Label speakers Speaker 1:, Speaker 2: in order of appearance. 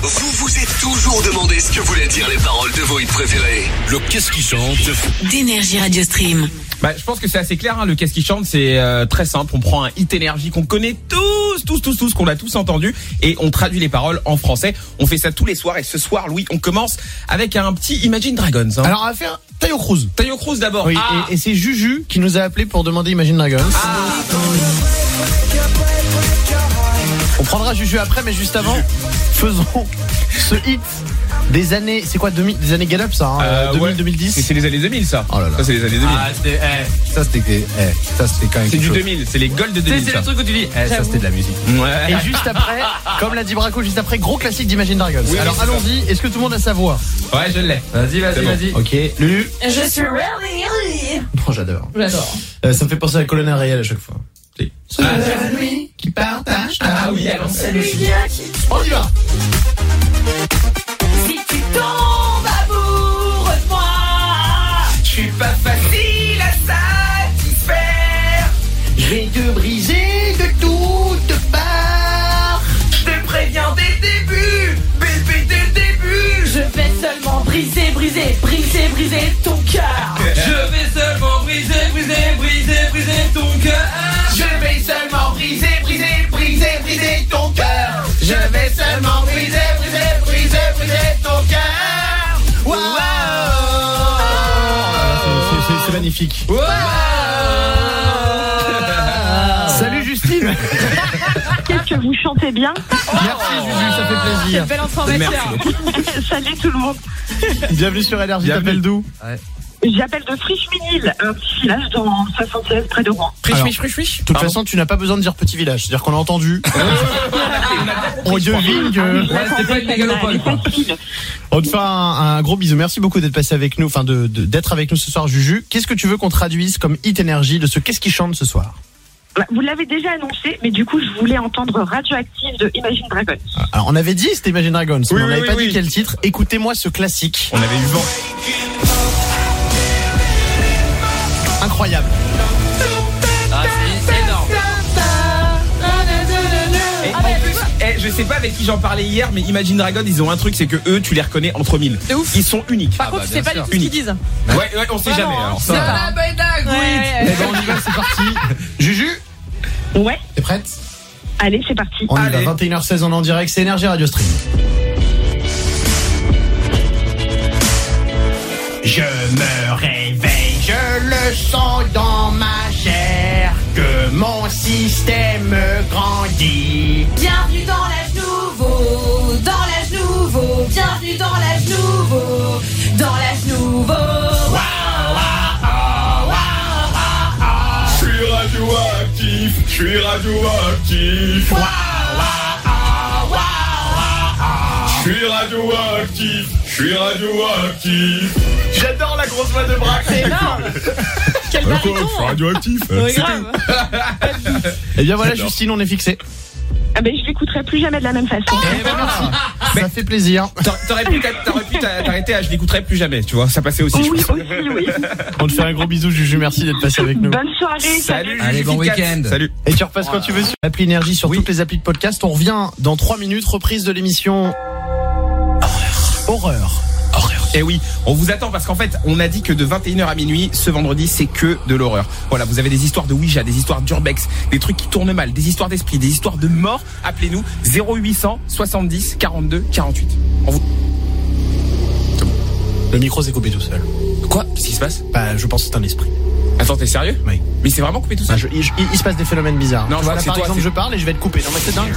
Speaker 1: Vous vous êtes toujours demandé ce que voulaient dire les paroles de vos hits préférés. Le qu'est-ce qui chante
Speaker 2: d'énergie Radio Stream.
Speaker 3: Bah, je pense que c'est assez clair. hein, Le qu'est-ce qui chante, c'est euh, très simple. On prend un hit énergie qu'on connaît tous, tous, tous, tous, qu'on a tous entendu, et on traduit les paroles en français. On fait ça tous les soirs. Et ce soir, Louis, on commence avec un petit Imagine Dragons. Hein.
Speaker 4: Alors on va faire Tayo Cruz.
Speaker 3: Tayo Cruz d'abord.
Speaker 4: Oui,
Speaker 3: Ah,
Speaker 4: et, et c'est Juju qui nous a appelé pour demander Imagine Dragons. On prendra Juju après, mais juste avant, faisons ce hit des années. C'est quoi 2000 Des années Gallup, ça hein,
Speaker 3: euh,
Speaker 4: 2000,
Speaker 3: ouais. C'est
Speaker 4: 2010
Speaker 3: c'est les années 2000, ça.
Speaker 4: Oh là là.
Speaker 3: Ça, c'est les années 2000.
Speaker 5: c'était
Speaker 4: Ça, c'était eh, ça, c'était quand même
Speaker 3: Ah, c'est
Speaker 4: quelque
Speaker 3: du
Speaker 4: chose.
Speaker 3: 2000. C'est les gold de 2000.
Speaker 5: le
Speaker 3: ça.
Speaker 5: truc où tu dis.
Speaker 4: Eh, ça, c'était de la musique.
Speaker 3: Ouais.
Speaker 4: Et juste après, comme l'a dit Braco, juste après, gros classique d'Imagine Dragons.
Speaker 3: oui,
Speaker 4: Alors
Speaker 3: c'est
Speaker 4: allons-y, est-ce que tout le monde a sa voix
Speaker 3: Ouais, je l'ai.
Speaker 5: Vas-y,
Speaker 3: C'est
Speaker 5: vas-y,
Speaker 3: bon.
Speaker 5: vas-y.
Speaker 4: Ok, Lulu
Speaker 6: Je suis really, really.
Speaker 4: Non, j'adore.
Speaker 6: J'adore.
Speaker 4: Euh, ça me fait penser à la colonne réelle à chaque fois. qui partage.
Speaker 3: Ah oui, alors.
Speaker 6: Celui qui a qui.
Speaker 4: On y va
Speaker 6: Si tu tombes amoureux de moi,
Speaker 3: Je suis pas facile à satisfaire.
Speaker 4: Je vais te briser de toutes parts.
Speaker 3: Je te préviens dès le début. Bébé, dès le début.
Speaker 6: je vais seulement briser, briser, briser, briser ton cœur.
Speaker 5: Je vais seulement briser, briser, briser, briser ton cœur.
Speaker 3: Je vais seulement briser, briser, briser, briser ton cœur. Je vais seulement briser, briser, briser, briser ton cœur.
Speaker 4: C'est magnifique. Salut Justine
Speaker 7: Qu'est-ce que vous chantez bien
Speaker 4: Merci Juju, ça fait plaisir.
Speaker 6: Belle entrée en matière.
Speaker 7: Salut tout le monde.
Speaker 4: Bienvenue sur LRJ, t'appelles d'où
Speaker 7: J'appelle de Frischminil, un petit village dans 76 près de Rouen.
Speaker 4: Alors, De toute façon, tu n'as pas besoin de dire petit village, c'est-à-dire qu'on a entendu. On devine
Speaker 5: Euh,
Speaker 4: que...
Speaker 7: Je l'attendais,
Speaker 5: c'est pas une
Speaker 7: celle-là,
Speaker 5: mégalopole,
Speaker 7: elle est
Speaker 5: quoi.
Speaker 7: facile.
Speaker 4: On te fait un, un gros bisou. Merci beaucoup d'être passé avec nous, enfin de- de- d'être avec nous ce soir Juju. Qu'est-ce que tu veux qu'on traduise comme hit énergie de ce qu'est-ce qui chante ce soir
Speaker 7: Bah, Vous l'avez déjà annoncé, mais du coup, je voulais entendre Radioactive de Imagine Dragons.
Speaker 4: Alors on avait dit c'était Imagine Dragons, mais
Speaker 3: Oui,
Speaker 4: on
Speaker 3: oui,
Speaker 4: n'avait
Speaker 3: oui,
Speaker 4: pas
Speaker 3: oui.
Speaker 4: dit quel titre. Écoutez-moi ce classique.
Speaker 3: On avait eu vent.
Speaker 4: Incroyable.
Speaker 5: Ah, c'est énorme.
Speaker 3: Et en plus, eh, je sais pas avec qui j'en parlais hier, mais Imagine Dragon, ils ont un truc, c'est que eux, tu les reconnais entre mille.
Speaker 6: De ouf.
Speaker 3: Ils sont uniques. Ah
Speaker 6: Par contre, tu sais pas du tout ce qu'ils
Speaker 3: Unique.
Speaker 6: disent. hein.
Speaker 3: Ouais, ouais, on sait jamais. alors, ça.
Speaker 6: Ouais,
Speaker 4: Eh
Speaker 6: ouais.
Speaker 4: ben on y va, c'est parti. Juju,
Speaker 7: Ouais,
Speaker 4: t'es prête
Speaker 7: allez, c'est parti.
Speaker 4: On
Speaker 3: Allez.
Speaker 4: y va, 21h16, on est en direct, c'est Énergie Radio Stream.
Speaker 8: Je me réveille, je le sens dans ma chair, que mon système grandit.
Speaker 6: Bienvenue dans l'âge nouveau, dans l'âge nouveau, bienvenue dans l'âge nouveau, dans l'âge nouveau.
Speaker 8: Je suis radioactif, je suis radioactif. Je suis radioactif, je suis radioactif.
Speaker 3: J'adore la grosse voix de Braque. Bah,
Speaker 6: C'est énorme. Quel
Speaker 8: Quoi, je suis
Speaker 6: bariton. hein. Eh
Speaker 8: radioactif
Speaker 6: Ouais, grave.
Speaker 4: Et Eh bien voilà, Justine, on est fixé.
Speaker 7: Ah ben, je l'écouterai plus jamais de la même façon.
Speaker 6: ben,
Speaker 3: Eh,
Speaker 4: Ça fait plaisir.
Speaker 3: T'aurais pu t'a- t'aurais pu t'a- t'arrêter à je l'écouterai plus jamais, tu vois. Ça passait aussi,
Speaker 6: Oh
Speaker 7: Oui,
Speaker 3: je pense.
Speaker 7: aussi, oui.
Speaker 4: On te fait un gros bisou, Juju, merci d'être passé avec nous.
Speaker 7: Bonne soirée.
Speaker 3: Salut,
Speaker 5: Allez,
Speaker 3: Juju
Speaker 5: bon
Speaker 3: Cat.
Speaker 5: week-end.
Speaker 3: Salut.
Speaker 4: Et tu repasses quand tu veux sur l'appli Énergie, sur toutes les applis de podcast. On revient dans 3 minutes, reprise de l'émission Horreur.
Speaker 3: Eh oui, on vous attend parce qu'en fait, on a dit que de 21h à minuit, ce vendredi, c'est que de l'horreur. Voilà, vous avez des histoires de Ouija, des histoires d'Urbex, des trucs qui tournent mal, des histoires d'esprit, des histoires de mort. Appelez-nous 0800 70 42 48. On vous...
Speaker 4: Le micro s'est coupé tout seul.
Speaker 3: Quoi Qu'est-ce qui se passe
Speaker 4: Bah, je pense que c'est un esprit.
Speaker 3: Attends, t'es sérieux
Speaker 4: Oui.
Speaker 3: Mais c'est vraiment coupé tout ça
Speaker 4: Bah, je- il, il- il se passe des phénomènes bizarres.
Speaker 3: Non, je
Speaker 4: Tu
Speaker 3: crois
Speaker 4: vois, là,
Speaker 3: que c'est
Speaker 4: par
Speaker 3: toi,
Speaker 4: exemple,
Speaker 3: c'est-
Speaker 4: je parle et je vais être coupé. Non, mais c'est dingue.